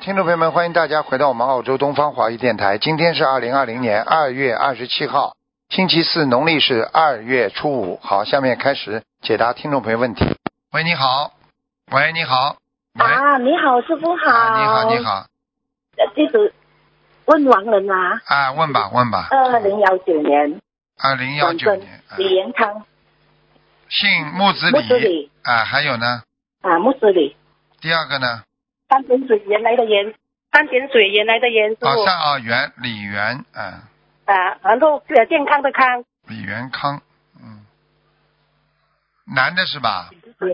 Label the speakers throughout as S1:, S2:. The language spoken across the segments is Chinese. S1: 听众朋友们，欢迎大家回到我们澳洲东方华语电台。今天是二零二零年二月二十七号，星期四，农历是二月初五。好，下面开始解答听众朋友问题。喂，你好。喂，你好。喂，
S2: 啊，你好，师傅好。
S1: 啊、你好，你。好。
S2: 呃，弟子问王人啊，
S1: 啊，问吧，问吧。
S2: 二呃零幺九年，
S1: 二零幺九
S2: 广
S1: 年，啊
S2: 李延康，
S1: 姓木子
S2: 木子
S1: 李
S2: 李
S1: 啊，还有呢，
S2: 啊，木子李，
S1: 第二个呢，
S2: 三点水原来的原，三点水原来的原，师
S1: 啊，
S2: 傅
S1: 善啊，元李元啊，
S2: 啊，然后呃健康的康，
S1: 李元康，嗯，男的是吧？
S2: 什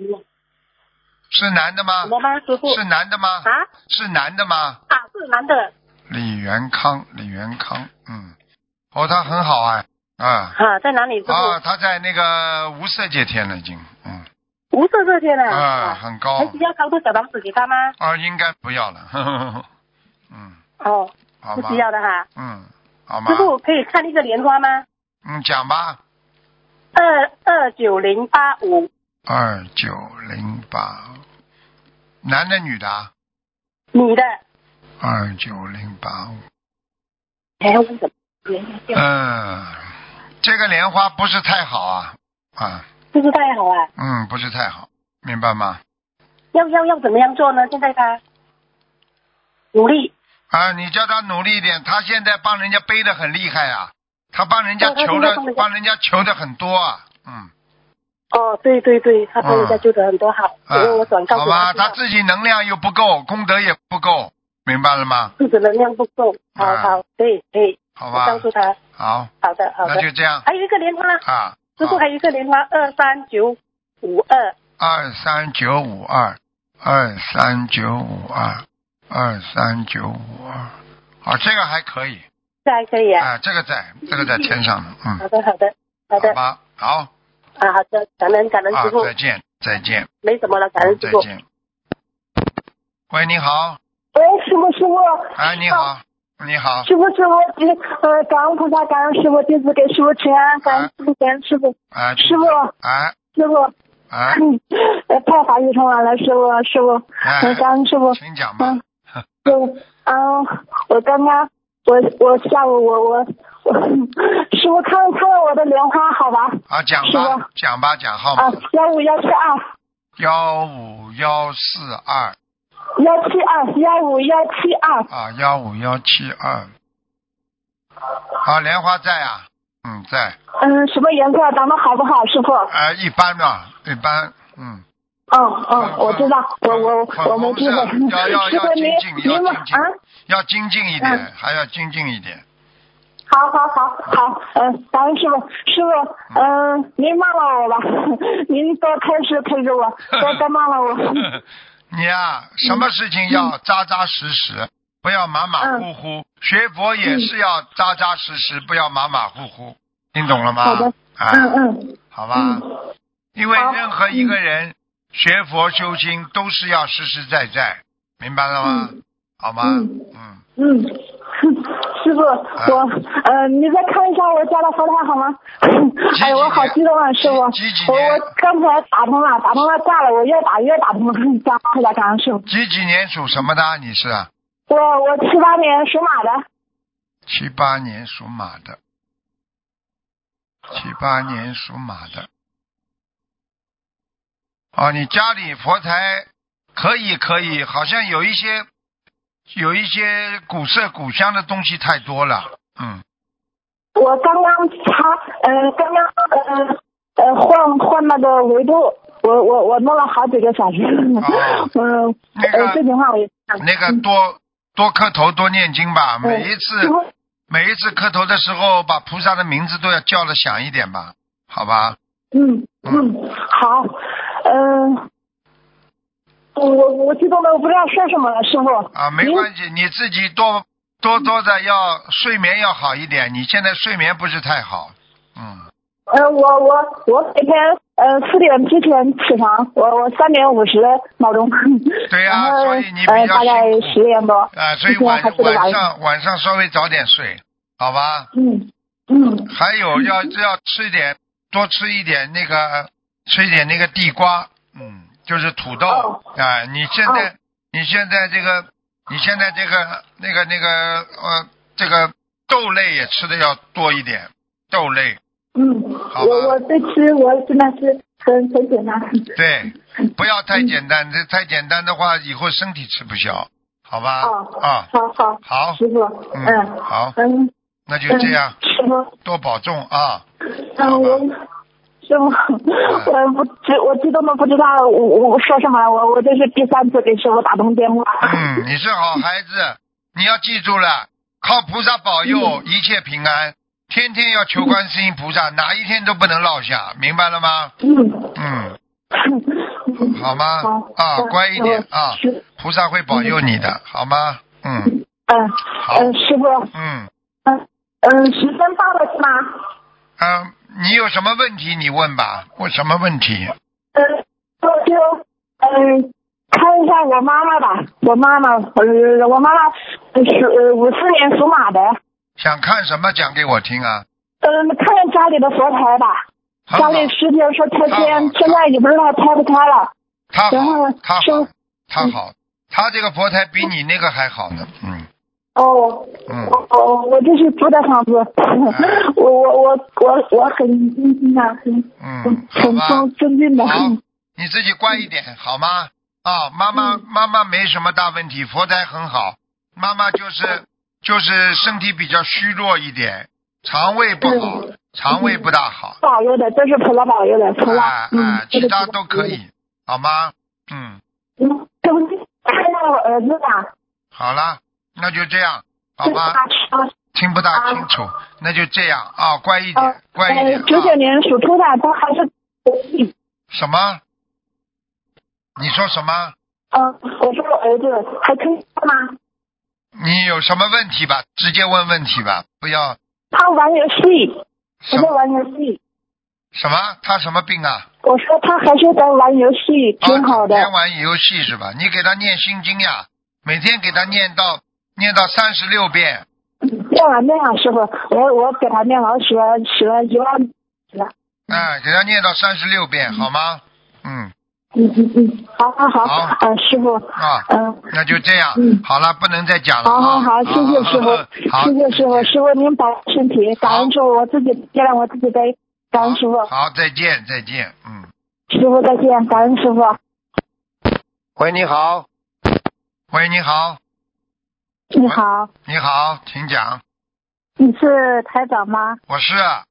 S1: 是男的吗？
S2: 么吗，师傅？
S1: 是男的吗？
S2: 啊
S1: 是男的吗？
S2: 啊，是男的，
S1: 李元康，李元康，嗯，哦，他很好啊，啊
S2: 啊，在哪里，师
S1: 啊，
S2: 傅？
S1: 他在那个无色界天了已经，嗯
S2: 无色这天
S1: 啊，
S2: 啊，
S1: 很
S2: 还
S1: 高
S2: 需要超度小房子给他吗？
S1: 啊，应该不要了， 呵呵呵嗯，
S2: 哦，
S1: 好
S2: 不
S1: 吗
S2: 需？要的哈。
S1: 嗯，好吗
S2: 师？傅可以看一个莲花吗？
S1: 嗯，讲吧。
S2: 二二九零八五
S1: 二九零八，男的女的啊？
S2: 女的，
S1: 二九零八五。
S2: 还要问什么？
S1: 嗯，这个莲花不是太好啊啊，
S2: 不知道还好啊，
S1: 嗯，不是太好，明白吗？
S2: 要要要怎么样做呢？现在他努力，
S1: 啊，你叫他努力一点，他现在帮人家背的很厉害啊，他帮人家
S2: 对他
S1: 求
S2: 现在
S1: 的
S2: 帮人家
S1: 帮人家求的很多啊，嗯，
S2: 哦，对对对，他帮人家做的很多好，
S1: 啊
S2: 因为我转，告
S1: 好
S2: 诉
S1: 吧，
S2: 他知道，
S1: 他自己能量又不够，功德也不够，明白了吗？
S2: 自己能量不够，好
S1: 啊
S2: 好，可以可以，
S1: 好
S2: 我
S1: 吧，
S2: 告诉他，
S1: 好，
S2: 好的好
S1: 那
S2: 的，
S1: 就这样
S2: 还有一个莲花，
S1: 啊，
S2: 师傅还有一个莲花二三九五二，
S1: 二三九五二，二三九五二，二三九五二，啊，这个还可以，
S2: 这还可以啊，
S1: 啊，这个在，这个在天上呢，嗯，
S2: 好的好的好的
S1: 好吧，好，
S2: 啊好的，感恩感恩
S1: 啊
S2: 师，傅
S1: 再，见，再见，
S2: 没什么了，感恩师
S1: 嗯再
S2: 傅。
S1: 见。喂，你好，
S3: 喂，师傅，师傅，
S1: 哎，你好，你好，
S3: 师傅，师傅，弟呃，感恩菩萨，感恩师傅，弟子给师傅请安，感恩师傅，感恩师傅，
S1: 哎，
S3: 师傅，
S1: 哎，
S3: 师傅，
S1: 哎，
S3: 呃太法语充满了，师傅，师傅，
S1: 哎
S3: 呃，感恩师傅，
S1: 请讲吧，
S3: 对，嗯，我刚刚，我我下午我我我，师傅看看看我的莲花好吧？
S1: 啊，讲
S3: 师
S1: 吧
S3: 傅，
S1: 讲吧，讲号
S3: 啊
S1: 码，
S3: 幺五幺七二
S1: 幺五幺四二
S3: 幺七二幺五幺七二，
S1: 啊，幺五幺七二，啊，莲花在啊，嗯，在，
S3: 嗯，什么颜色长得好不好，师傅？
S1: 哎，一般吧，一般，嗯，
S3: 哦哦，我知道，我我
S1: 粉
S3: 我没
S1: 红色
S3: 机会。
S1: 要要
S3: 师
S1: 要
S3: 傅，您
S1: 精进，要
S3: 您们
S1: 精进
S3: 啊，嗯
S1: 要精进一点，还要精进一点，
S3: 好好好好，嗯，感恩师傅，师傅，嗯，您骂骂我吧， 您多开示开示我， 多多骂骂我。嗯
S1: 你啊，什么事情要扎扎实实，不要马马虎虎。
S3: 嗯
S1: 学佛也是要扎扎实实，不要马马虎虎。听懂了吗？
S3: 好的
S1: 啊，
S3: 嗯嗯，
S1: 好吧。因为任何一个人学佛修心都是要实实在在，明白了吗？好吗？嗯，
S3: 嗯， 师傅，
S1: 啊
S3: 我，呃，你再看一下我家的佛台好吗？ 哎呀，我好激动啊，师傅，我
S1: 几几年
S3: 我刚才打通了，打通了挂了，我 越打越打不通，感恩菩萨感恩师傅。
S1: 几几年属什么的？你是啊？
S3: 我我七八年属马的，
S1: 七八年属马的，七八年属马的。哦，你家里佛台可以可以，好像有一些有一些古色古香的东西太多了，嗯，
S3: 我刚刚擦，呃，刚刚呃呃换换那个维度，我我我弄了好几个小时，
S1: 哦
S3: 嗯，
S1: 那个
S3: 呃，这情况我也看
S1: 那个多多磕头多念经吧，
S3: 嗯
S1: 每一次
S3: 师傅
S1: 每一次磕头的时候，把菩萨的名字都要叫的响一点吧，好吧？
S3: 嗯嗯，好，嗯、我我我激动的我不知道说什么了，师傅
S1: 啊，没
S3: 您
S1: 关系，你自己多多多的要睡眠要好一点。你现在睡眠不是太好，嗯，
S3: 呃，我我我每天呃四点之前起床，我我三点五十闹钟，
S1: 对呀
S3: 然后
S1: 所以你比较
S3: 呃大概
S1: 辛苦
S3: 十点多，
S1: 啊，所以
S3: 一天
S1: 晚
S3: 还睡得
S1: 晚
S3: 晚，
S1: 上晚上稍微早点睡，好吧？
S3: 嗯嗯，
S1: 还有要要吃点多吃一点那个吃一点那个地瓜，嗯，就是土豆
S3: 哦
S1: 啊。你现在你现在这个你现在这个那个那个呃，这个豆类也吃的要多一点，豆类
S3: 嗯，
S1: 好吧
S3: 我我对吃我真的是很很简单。
S1: 对，不要太简单，这太简单的话，以后身体吃不消，好吧？
S3: 哦
S1: 啊，
S3: 好好，
S1: 好，
S3: 师傅，
S1: 嗯
S3: 嗯，
S1: 好
S3: 嗯，
S1: 那就这样，
S3: 嗯师傅，
S1: 多保重啊。好吧
S3: 嗯，我师傅，我不知我激动的不知道我我我说什么，我我这是第三次给师傅打通电话。
S1: 嗯，你是好孩子，你要记住了，靠菩萨保
S3: 嗯
S1: 佑，一切平安，天天要求观世音菩萨，哪一天都不能落下，明白了吗？
S3: 嗯，
S1: 嗯，
S3: 嗯
S1: 好吗
S3: 好？嗯
S1: 啊，乖一点啊，
S3: 师，
S1: 菩萨会保佑你的，好吗？嗯
S3: 嗯
S1: 好
S3: 嗯，师傅，
S1: 嗯
S3: 嗯嗯，时间到了是吗？
S1: 啊，你有什么问题你问吧，我什么问题？
S3: 嗯，我就嗯。看一下我妈妈吧，我妈妈，呃，我妈妈是呃五四年属马的，
S1: 想看什么讲给我听啊？
S3: 嗯，看看家里的佛台吧，
S1: 很
S3: 家
S1: 好，
S3: 里师傅说
S1: 很
S3: 拆迁，
S1: 好
S3: 现在也不知道拆不拆了。
S1: 他
S3: 然后嗯
S1: 好，他好
S3: 生，
S1: 他好，他这个佛台比你那个还好呢，嗯
S3: 哦，
S1: 嗯。哎
S3: 我我我这是租的房子， 我我我我我很那很
S1: 嗯
S3: 很，
S1: 好
S3: 很
S1: 吧，
S3: 尊尊敬的。
S1: 好，你自己乖一点，好吗？啊，妈妈，
S3: 嗯
S1: 妈妈没什么大问题，佛台很好，妈妈就是就是身体比较虚弱一点，肠胃不好，肠胃不大好，
S3: 保佑的，都是菩萨保佑的，菩萨
S1: 啊，
S3: 嗯
S1: 啊，，其
S3: 这个
S1: 他
S3: 菩萨
S1: 都可以，好吗？嗯，
S3: 保佑的。嗯，对不起，看到我儿子了，
S1: 好了，那就这样，好
S3: 就是
S1: 吧？
S3: 他啊
S1: 听不大清楚，那就这样啊，乖一点，乖一
S3: 呃
S1: 点，
S3: 九九
S1: 啊。
S3: 年属兔的，他还是
S1: 什么？你说什么？
S3: 嗯，我说我儿子还可以吗？
S1: 你有什么问题吧？直接问问题吧，不要
S3: 他玩游戏，
S1: 什
S3: 还
S1: 么
S3: 在玩游戏。
S1: 什么？他什么病啊？
S3: 我说他还是在玩游戏，挺好的
S1: 啊、整。天玩游戏是吧？你给他念心经呀，每天给他念到念到三十六遍，
S3: 念完念完，师傅，我我给他念完学学一万字了。
S1: 啊，给他念到三十六遍，好吗？嗯，
S3: 嗯嗯嗯，好好好，
S1: 好
S3: 嗯、师傅，
S1: 啊，
S3: 嗯、
S1: 那就这样，
S3: 嗯
S1: 好了，不能再讲了
S3: 好
S1: 啊。
S3: 好好，谢谢师
S1: 好，嗯
S3: 傅，谢谢师傅，
S1: 再见
S3: 师傅您保重身体，感恩师傅，我自己接了我自己背，感恩师傅，
S1: 好，再见，再见，嗯。
S3: 师傅再见，感恩师傅。
S1: 喂，你好。喂，你好，
S4: 你好，
S1: 你好，请讲。
S4: 你是台长吗？
S1: 我是啊，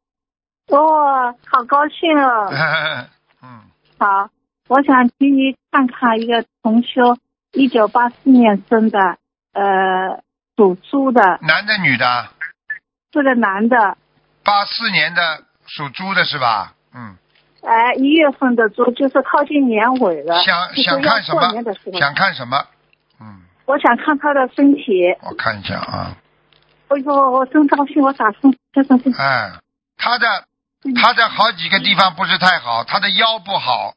S4: 哦，好高兴哦。
S1: 嗯，
S4: 好，我想请你看看一个同修，一九八四年生的，呃，属猪的，
S1: 男的女的，
S4: 是个男的，
S1: 八四年的属猪的是吧？嗯，
S4: 哎，一月份的猪，就是靠近年尾了，
S1: 想
S4: 就是
S1: 想
S4: 要
S1: 看什
S4: 过年的
S1: 么
S4: 时候？
S1: 想看什么？嗯，
S4: 我想看他的身体。
S1: 我看一下啊，
S4: 哎呦，我真高兴，我打通这个是
S1: 哎，他的
S4: 嗯
S1: 他的好几个地方不是太好，他的腰不好，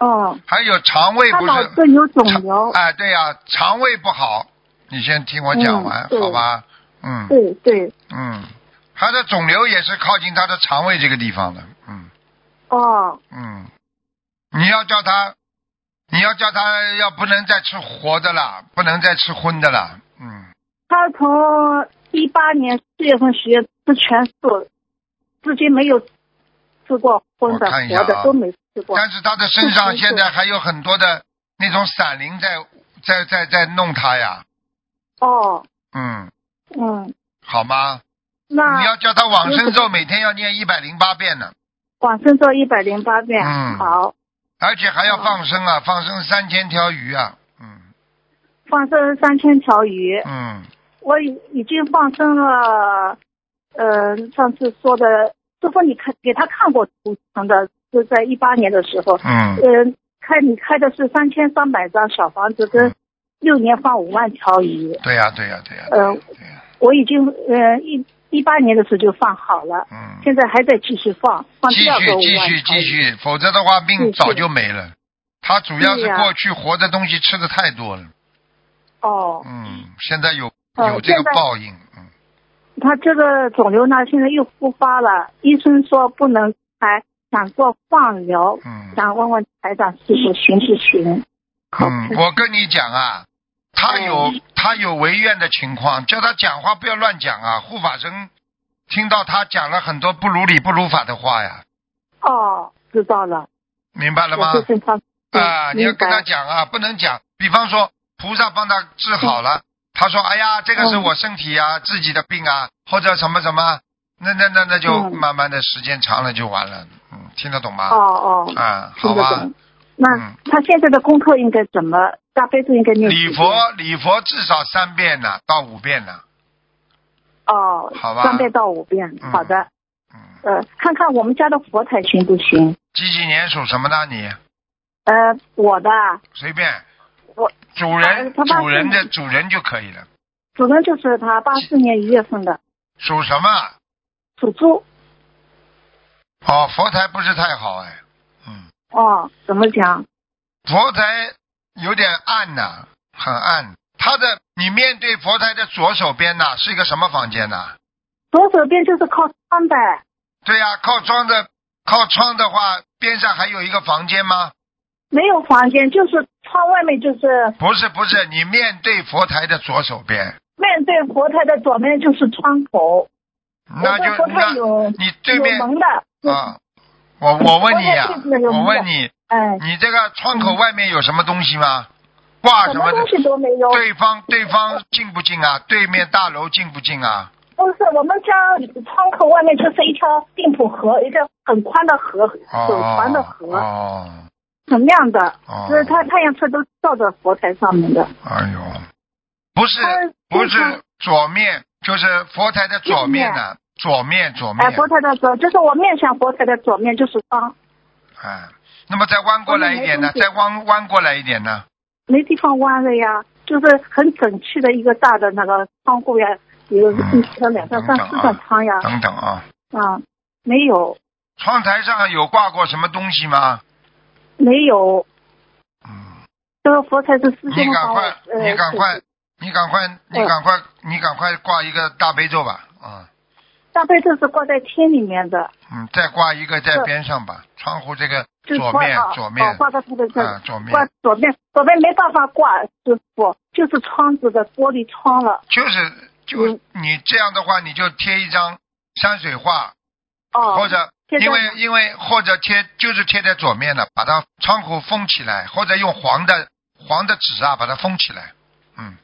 S4: 哦，
S1: 还有肠胃
S4: 他
S1: 不
S4: 脑
S1: 是，
S4: 子有肿
S1: 肠
S4: 瘤，
S1: 哎，对呀、肠胃不好。你先听我讲完，
S4: 嗯对
S1: 好吧？嗯
S4: 对对，
S1: 嗯，他的肿瘤也是靠近他的肠胃这个地方的，嗯
S4: 哦，
S1: 嗯，你要叫他，你要叫他要不能再吃活的了，不能再吃荤的了，嗯。
S4: 他从一八年四月份、十月吃全素，至今没有吃过荤的、
S1: 我看一下
S4: 活
S1: 啊
S4: 的都没吃过。
S1: 但是他的身上
S4: 是是
S1: 现在还有很多的那种闪灵在在在在弄他呀，
S4: 哦，
S1: 嗯，
S4: 嗯，
S1: 好吗？你
S4: 那
S1: 要叫他往
S4: 啊有
S1: 生
S4: 什
S1: 咒每天要念一百零八遍呢，
S4: 往生咒一百零八遍，
S1: 嗯
S4: 好，
S1: 而且还要
S4: 哦
S1: 放生啊，放生三千条鱼啊，嗯
S4: 放生三千条鱼，
S1: 嗯，
S4: 我已已经放生了，呃，上次说的，师傅你看给他看过图腾的，是在一八年的时候，
S1: 嗯，
S4: 嗯，看你开的是三千三百张小房子跟六年放五万条鱼，
S1: 对呀、对呀、对呀、
S4: 呃，
S1: 对呀、
S4: 我已经呃一一八年的时候就放好了，
S1: 嗯，
S4: 现在还在继续放，放
S1: 继
S4: 第二
S1: 续
S4: 个五
S1: 继
S4: 万
S1: 续
S4: 条
S1: 继
S4: 鱼。
S1: 续，否则的话
S4: 继
S1: 命
S4: 续
S1: 早就没了。他主要是
S4: 对呀
S1: 过去活的东西吃的太多了，
S4: 哦，
S1: 嗯，现在有
S4: 哦
S1: 有这个
S4: 现在
S1: 报应，嗯，
S4: 他这个肿瘤呢，现在又复发了，医生说不能开，想做放疗，
S1: 嗯
S4: 想问问台长是否行不行？
S1: 嗯，我跟你讲啊，他有他有违愿的情况，叫他讲话不要乱讲啊！护法神听到他讲了很多不如理不如法的话呀，
S3: 哦，知道了，
S1: 明白了吗？
S3: 我会跟他
S1: 啊，
S3: 嗯
S1: 你要跟他
S3: 明白
S1: 讲啊，不能讲。比方说，菩萨帮他治好了，他说：“哎呀，这个
S3: 嗯
S1: 是我身体啊，自己的病啊，或者什么什么。”那那那那就
S3: 嗯
S1: 慢慢的时间长了就完了，嗯，听得懂吗？
S3: 哦哦，
S1: 啊，好
S3: 听得
S1: 吧
S3: 懂。。那
S1: 嗯
S3: 他现在的功课应该怎么？大悲咒应该念几
S1: 礼
S3: 遍
S1: 佛礼佛至少三遍呢，到五遍呢。
S3: 哦，
S1: 好吧
S3: 三遍到五遍，
S1: 嗯
S3: 好的。
S1: 嗯，
S3: 呃，看看我们家的佛台行不行？
S1: 几几年属什么呢？你
S3: 呃，我的
S1: 随便。
S3: 我呃
S1: 主人
S3: 他他爸
S1: 主人的
S3: 是
S1: 主人就可以了。
S3: 主人就是他，八四年一月份的，
S1: 属什么？
S3: 属猪。
S1: 哦，佛台不是太好哎，嗯，
S3: 哦，怎么讲？
S1: 佛台有点暗呐、很暗。他的你面对佛台的左手边呐、是一个什么房间呐、
S3: 左手边就是靠窗的，
S1: 对呀、靠窗的靠窗的话，边上还有一个房间吗？
S3: 没有房间，就是窗外面就是
S1: 不是不是，你面对佛台的左手边，
S3: 面对佛台的左面就是窗口。
S1: 那
S3: 我对
S1: 就
S3: 佛台
S1: 那
S3: 有
S1: 你对
S3: 有
S1: 面
S3: 门的，
S1: 啊，我我问你呀、
S3: 佛台对面有
S1: 我
S3: 门
S1: 问
S3: 的
S1: 你，
S3: 哎，
S1: 你这个窗口外面有什么东西吗？挂
S3: 什
S1: 啊什么
S3: 么
S1: 的
S3: 东？西都没有。
S1: 对方对方进不进啊？对面大楼进不进啊？
S3: 不是，我们家窗口外面就是一条定浦河，一个很宽的河，
S1: 哦
S3: 很宽的河，
S1: 哦，
S3: 很亮的，
S1: 哦
S3: 就是它太阳车都照在佛台上面的。
S1: 哎呦，不是
S3: 它是
S1: 不
S3: 它
S1: 是
S3: 是
S1: 左面，就是佛台的左面呢、左面左面
S3: 哎，，佛台的左，就是我面向佛台的左面就是窗，
S1: 哎，那么再弯过来一点呢
S3: 我们没？东西
S1: 再弯弯过来一点呢？
S3: 没地方弯了呀，就是很整齐的一个大的那个窗户呀，有
S1: 嗯
S3: 一条、两条、三
S1: 等
S3: 四
S1: 等
S3: 扇
S1: 啊
S3: 窗呀，
S1: 等等啊，
S3: 啊，没有，
S1: 窗台上有挂过什么东西吗？
S3: 没有，
S1: 嗯，
S3: 这个佛台是师
S1: 你
S3: 兄
S1: 赶
S3: 帮我
S1: 快，，
S3: 呃，嗯
S1: 你赶快，你赶快，你赶快，你赶快挂一个大悲咒吧，嗯
S3: 大悲咒是挂在天里面的，
S1: 嗯，再挂一个在
S3: 是
S1: 边上吧，窗户这个
S3: 就是
S1: 左
S3: 挂
S1: 面
S3: 啊
S1: 左面
S3: 哦，挂在他的这
S1: 啊
S3: 里，
S1: 左面
S3: 挂左边，左边没办法挂，师傅就是窗子的玻璃窗了。
S1: 就是就
S3: 嗯
S1: 你这样的话，你就贴一张山水画，
S3: 哦，
S1: 或者
S3: 贴在
S1: 因为因为或者贴就是贴在左面的，把它窗户封起来，或者用黄的黄的纸啊把它封起来。嗯，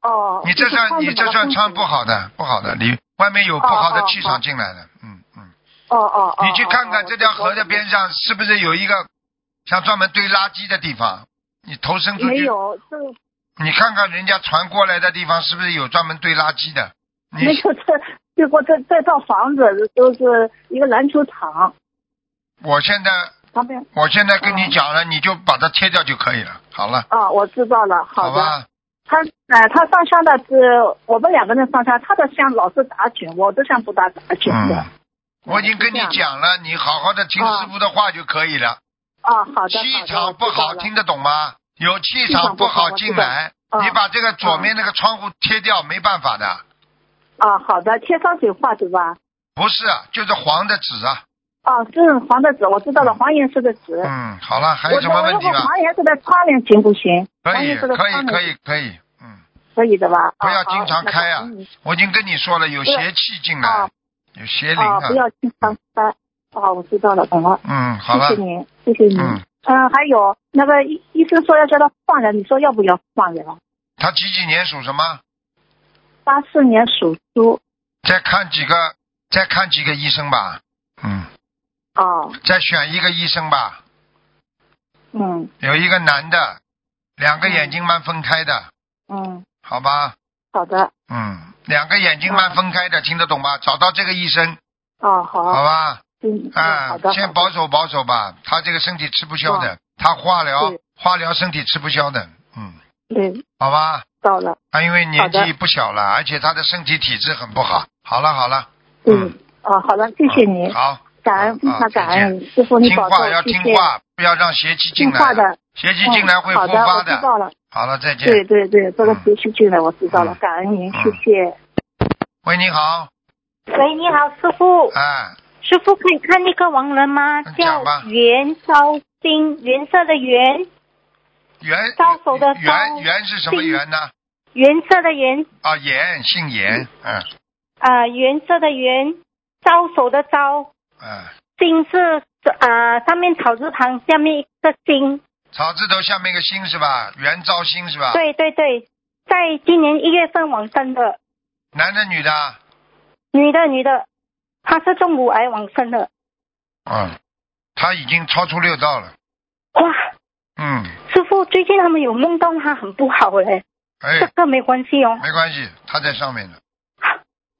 S3: 哦，
S1: 你这算你这算穿不
S3: 好。
S1: 好的，不好的，你外面有不好的
S3: 哦哦
S1: 气场进来了。嗯嗯，
S3: 哦哦哦，
S1: 你去看看
S3: 哦
S1: 这条河的。边上是不是有一个像专门堆垃圾的地方？你头伸
S3: 我
S1: 出
S3: 没
S1: 去，
S3: 有，这个
S1: 你看看人家船过来的地方是不是有专门堆垃圾的？你
S3: 没有这，结果这这套房子都是一个篮球场
S1: 我现在
S3: 旁边。
S1: 我现在跟你
S3: 嗯
S1: 讲了，你就把它贴掉就可以了。好了，
S3: 哦，我知道了，好的。
S1: 吧，
S3: 他呃，他上香的，呃，我们两个人上香，他的香老是打卷，我的香不打打卷的。哦
S1: 嗯，我已经跟你
S3: 是这
S1: 讲了，你好好的听师傅的话就可以了。
S3: 哦，好的，
S1: 气
S3: 好的
S1: 场不好，。听得懂吗？有气
S3: 气
S1: 场
S3: 场
S1: 不
S3: 不好
S1: 好进来，
S3: 我知道嗯
S1: 你把这个左面那个窗户贴掉，没办法的。
S3: 啊、哦，好的，贴山水画对吧？
S1: 不是啊，就是黄的纸啊。
S3: 哦，是黄的纸，我知道了，
S1: 嗯
S3: 黄颜色的纸。
S1: 嗯，好了，还
S3: 我
S1: 有什么问题
S3: 我如
S1: 吗
S3: 果？黄颜色的窗帘行不行？
S1: 可
S3: 黄
S1: 以，
S3: 颜色的
S1: 可
S3: 窗
S1: 以，
S3: 帘
S1: 可以，可以。嗯，
S3: 可以的吧？
S1: 不要
S3: 哦
S1: 经常开啊
S3: 哦那个
S1: 我已经跟你说了，有
S3: 对
S1: 邪气进
S3: 啊
S1: 来，有邪灵
S3: 哦，
S1: 啊
S3: 不。要经常翻。哦，我知道了，懂了。
S1: 嗯，好了
S3: 谢谢，您，谢谢您。
S1: 嗯，
S3: 嗯还有那个医医生说要叫他放人，你说要不要放人啊？
S1: 他几几年属什么？
S3: 八四年属猪。
S1: 再看几个，再看几个医生吧。嗯，
S3: 哦，
S1: 再选一个医生吧。
S3: 嗯
S1: 有一个男的，两个眼睛蛮分开的，
S3: 嗯，
S1: 好吧？
S3: 好的。
S1: 嗯，两个眼睛蛮分开的，听得懂吗？找到这个医生，
S3: 哦，好。
S1: 好吧？
S3: 嗯，嗯
S1: 啊
S3: 好的。，
S1: 先
S3: 好的
S1: 保守保守吧，他这个身体吃不消的，他化疗
S3: 对
S1: 化疗身体吃不消的，嗯，
S3: 对，
S1: 好吧？
S3: 到了。
S1: 他因为年
S3: 好
S1: 纪
S3: 的
S1: 不小了，而且他的身体体质很不好。好了好了，
S3: 嗯，哦，好的，谢谢您，
S1: 好，
S3: 感恩非
S1: 啊
S3: 常感
S1: 再
S3: 恩师傅，你
S1: 听
S3: 保重
S1: 话，要
S3: 谢
S1: 听
S3: 谢。
S1: 话，不要让邪气进
S3: 听
S1: 来
S3: 话
S1: 啊。
S3: 的，
S1: 邪气进来会
S3: 嗯好
S1: 复
S3: 的，
S1: 发
S3: 我
S1: 的
S3: 知。道了。
S1: 好了，再见。
S3: 对对对，这个
S1: 嗯
S3: 学习进来我知道
S1: 嗯
S3: 了，感恩您，谢
S1: 嗯
S3: 谢。
S1: 喂，你好，
S2: 喂，你好，师傅。
S1: 哎，
S2: 师傅可以看那个亡人吗？
S1: 嗯
S2: 叫
S1: 讲吧
S2: 袁昭金，原色的袁，
S1: 袁
S2: 招手的
S1: 袁
S2: 招
S1: 袁是什么
S2: 丁
S1: 袁呢？
S2: 颜色的颜，
S1: 啊，严，姓严，嗯
S2: 啊，颜色的颜，招手的招，
S1: 嗯，
S2: 心是啊、上面草字旁，下面一个心。
S1: 草字头下面一个心是吧？袁昭心是吧？。
S2: 对对对，在今年一月份往生的，
S1: 男的女的？
S2: 女的女的，她是中乳癌往生的。
S1: 嗯，他已经超出六道了。
S2: 哇，
S1: 嗯，
S2: 师傅，最近他们有梦到她很不好嘞，这
S1: 哎，
S2: 个没关系哦。
S1: 没关系，他在上面呢。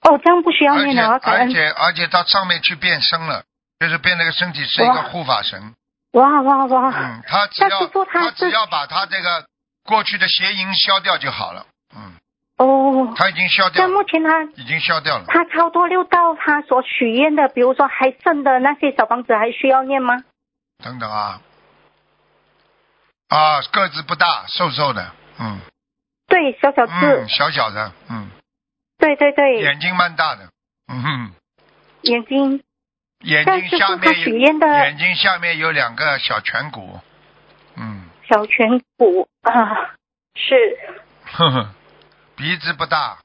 S2: 哦，这样不需要
S1: 而
S2: 念
S1: 且
S2: 了，我要感
S1: 而
S2: 恩。
S1: 且而且到上面去变身了，就是变那个身体是一个
S2: 哇
S1: 护法神。
S2: 哇哇哇！
S1: 嗯，他只
S2: 但
S1: 要
S2: 是说他
S1: 只
S2: 是
S1: 要把他这个过去的邪淫消掉就好了。嗯，
S2: 哦，
S1: 他已经消掉
S2: 在
S1: 了，
S2: 目前她
S1: 已经消掉了。
S2: 她超脱六道，她所许愿的，比如说还剩的那些小房子，还需要念吗？
S1: 等等啊，啊，个子不大，瘦瘦的，嗯
S2: 对，小小字，
S1: 嗯，小小的，嗯，
S2: 对对哦对，
S1: 眼睛蛮大的，嗯哼，
S2: 眼睛
S1: 眼
S2: 但
S1: 睛
S2: 是
S1: 下
S2: 说他
S1: 面
S2: 许
S1: 有
S2: 愿的
S1: 眼睛下面有两个小颧骨，嗯，
S2: 小颧骨啊，是
S1: 呵呵，鼻子不大，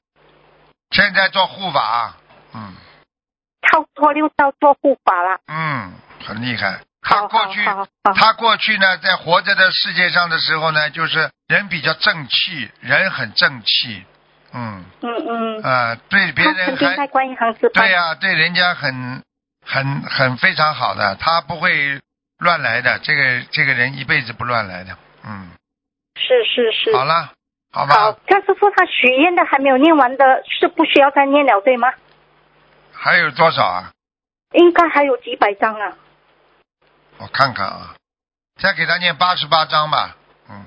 S1: 现在做护法，嗯
S2: 超脱六道做护法啦。
S1: 嗯，很厉害。他
S2: 好
S1: 过
S2: 好
S1: 去
S2: 好好
S1: 他过去呢，在活着的世界上的时候呢，就是人比较正气，人很正气，嗯。
S2: 嗯嗯，
S1: 啊，对别
S2: 他
S1: 人
S2: 曾经在
S1: 还
S2: 观音堂值班。
S1: 对呀、对人家很很很非常好的，他不会乱来的。这个这个人一辈子不乱来的，嗯，
S2: 是是是。
S1: 好了，好吧，
S2: 好，张师傅他许愿的还没有念完的，是不需要再念了，对吗？
S1: 还有多少啊？
S2: 应该还有几百张啊。
S1: 我看看啊，再给他念八十八章吧，嗯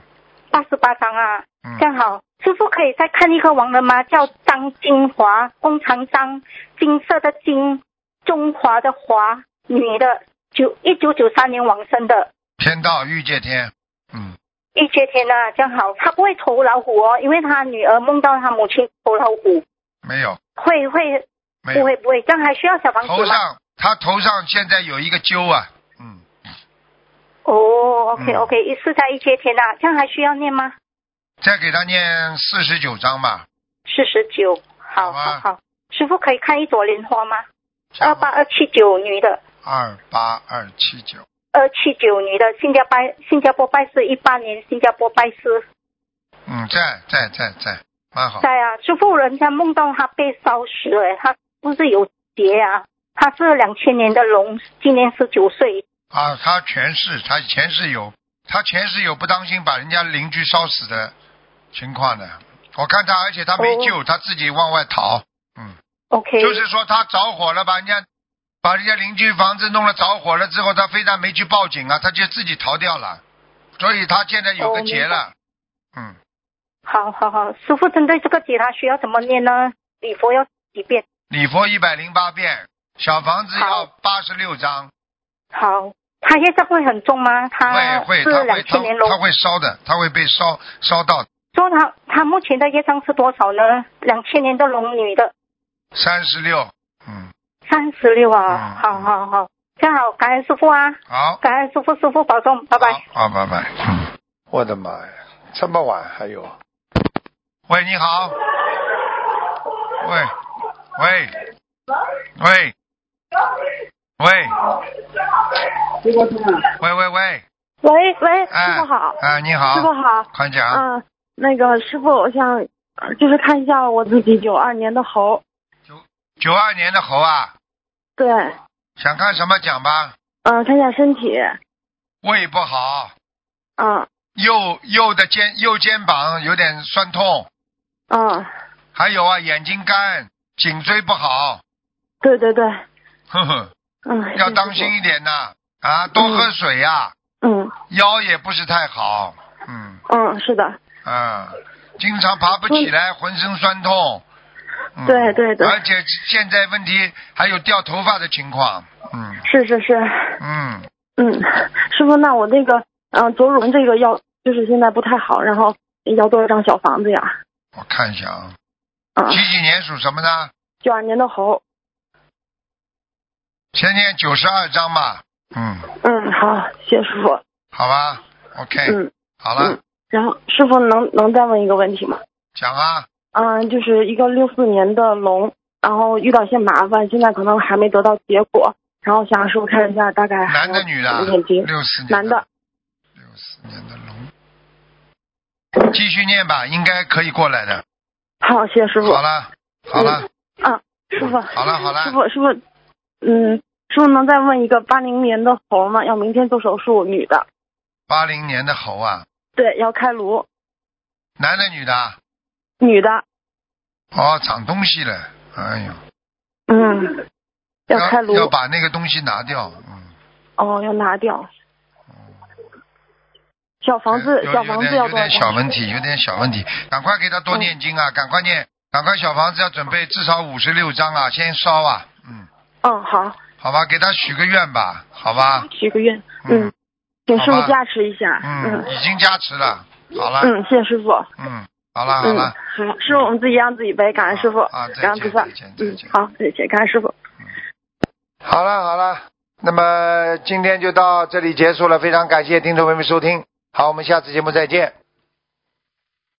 S2: 八十八张啊，
S1: 嗯
S2: 这，样好。师傅可以再看一个王人吗？叫张金华，工长张，金色的金，中华的华，女的，九一九九三年往生的，
S1: 天道欲界天，嗯，
S2: 一接天啊，这样好。他不会投老虎哦，因为他女儿梦到他母亲投老虎，
S1: 没有
S2: 会会
S1: 没
S2: 不
S1: 有，
S2: 会不会，这样还需要小房
S1: 头
S2: 子吗？
S1: 上他头上现在有一个揪啊，嗯，
S2: 哦
S1: 嗯
S2: ，OK OK，一是在一接天啊，这样还需要念吗？
S1: 再给他念四十九章吧，
S2: 四十九，
S1: 好
S2: 好
S1: 啊
S2: 好好。师傅可以看一朵莲花吗？
S1: 下
S2: 二
S1: 吧
S2: 八二七九女的。
S1: 二八二七九。
S2: 二七九女的新加坡新加坡拜师一八年新加坡拜师，
S1: 嗯，在在在在，蛮好。
S2: 在啊，师傅人家梦到他被烧死了，他不是有劫啊，他是两千年的龙，今年十九岁，
S1: 啊，他前世他前世有，他前世有不当心把人家邻居烧死的情况的。我看他，而且他
S2: 哦
S1: 没救，他自己往外逃。嗯，
S2: OK，
S1: 就是说他着火了，把人家把人家邻居房子弄了着火了之后，他非但没去报警啊，他就自己逃掉了。所以他现在有个
S2: 哦
S1: 结
S2: 明白
S1: 了。嗯，
S2: 好好好，师傅针对这个劫他需要怎么念呢？礼佛要几遍？
S1: 礼佛一百零八遍，小房子要八十六张，
S2: 好，他业障会很重吗？
S1: 会
S2: 他
S1: 会
S2: 是
S1: 他会
S2: 两
S1: 他
S2: 千年龙，
S1: 他会烧的，他会被烧烧到的
S2: 说他他目前的业障是多少呢？两千年的龙女的
S1: 三十六，嗯，
S2: 三十六
S1: 嗯
S2: 啊，好好好，这样好，感恩师傅啊。
S1: 好，
S2: 感恩师傅，师傅保重，拜拜。
S1: 好，好，拜拜，嗯，
S5: 我的妈呀，这么晚还有？
S1: 喂，你好，喂，喂，喂，喂，喂喂喂，
S6: 喂喂，师
S1: 哎，
S6: 傅好，
S1: 哎，你好，
S6: 师傅好，
S1: 快讲，
S6: 嗯，那个师傅，我想呃就是看一下我自己九二年的猴，
S1: 九二年的猴啊，
S6: 对，
S1: 想看什么讲吧？
S6: 嗯，看一下身体，
S1: 胃不好，
S6: 嗯
S1: 右右的肩右肩膀有点酸痛，
S6: 嗯，
S1: 还有啊，眼睛干，颈椎不好，
S6: 对对对，
S1: 呵呵，
S6: 嗯，
S1: 要当
S6: 谢谢
S1: 心
S6: 师
S1: 一点呐、啊，多喝水呀、
S6: 傅，嗯
S1: 腰也不是太好，嗯
S6: 嗯，是的，
S1: 啊，经常爬不起来，浑身酸痛。嗯、
S6: 嗯对对对
S1: 而且现在问题还有掉头发的情况，嗯
S6: 是是是，
S1: 嗯，
S6: 嗯，师傅，那我那个嗯、左乳这个要就是现在不太好，然后要多少张小房子呀？
S1: 我看一下啊，
S6: 嗯，
S1: 几几年属什么呢？
S6: 九二年的猴，
S1: 先念九十二章吧，嗯，
S6: 嗯，好，谢谢师傅，
S1: 好吧，OK，、
S6: 嗯
S1: 好了，
S6: 嗯，然后师傅能能再问一个问题吗？
S1: 讲啊，
S3: 嗯、就是一个六四年的龙，然后遇到一些麻烦，现在可能还没得到结果，然后想师傅看一下大概还
S1: 男的女的
S3: 有点急？
S1: 六四年
S3: 男的，
S1: 六四年的龙，继续念吧，应该可以过来的。
S3: 好，谢谢师傅。嗯
S1: 好了，好了，
S3: 师傅，
S1: 好了，好
S3: 师
S1: 了，
S3: 傅，师傅，嗯，师傅能再问一个八零年的猴吗？要明天做手术，女的，
S1: 八零年的猴啊，
S3: 对，要开颅，
S1: 男的女的啊？
S3: 女的，
S1: 哦，长东西了，哎呦，
S3: 嗯，要开颅，
S1: 要把那个东西拿掉，嗯，
S3: 哦，要拿掉。小房子，
S1: 有
S3: 小房子要
S1: 有
S3: 多少嗯
S1: 点有点
S3: 张？
S1: 小问题，有点小问题，赶快给他多念经啊，赶快念，赶快小房子要准备至少五十六张啊，先烧啊，嗯，
S3: 嗯，好，
S1: 好吧，给他许个愿吧，好吧，
S3: 许个愿，
S1: 嗯
S3: 嗯，请师
S1: 好
S3: 傅
S1: 吧
S3: 加持一下，
S1: 嗯
S3: 嗯，
S1: 已经加持了，好了，
S3: 嗯，谢谢师傅，
S1: 嗯，好了好
S3: 嗯，
S1: 了，
S3: 好，师傅我们自己让自己背，感恩师傅
S1: 啊，再
S3: 感恩菩
S1: 见
S3: 萨
S1: 再，见再
S3: 嗯
S1: 见，，
S3: 好，谢谢，感恩师傅。
S1: 好了好了，那么今天就到这里结束了，非常感谢听众朋友们收听，好，我们下次节目再见。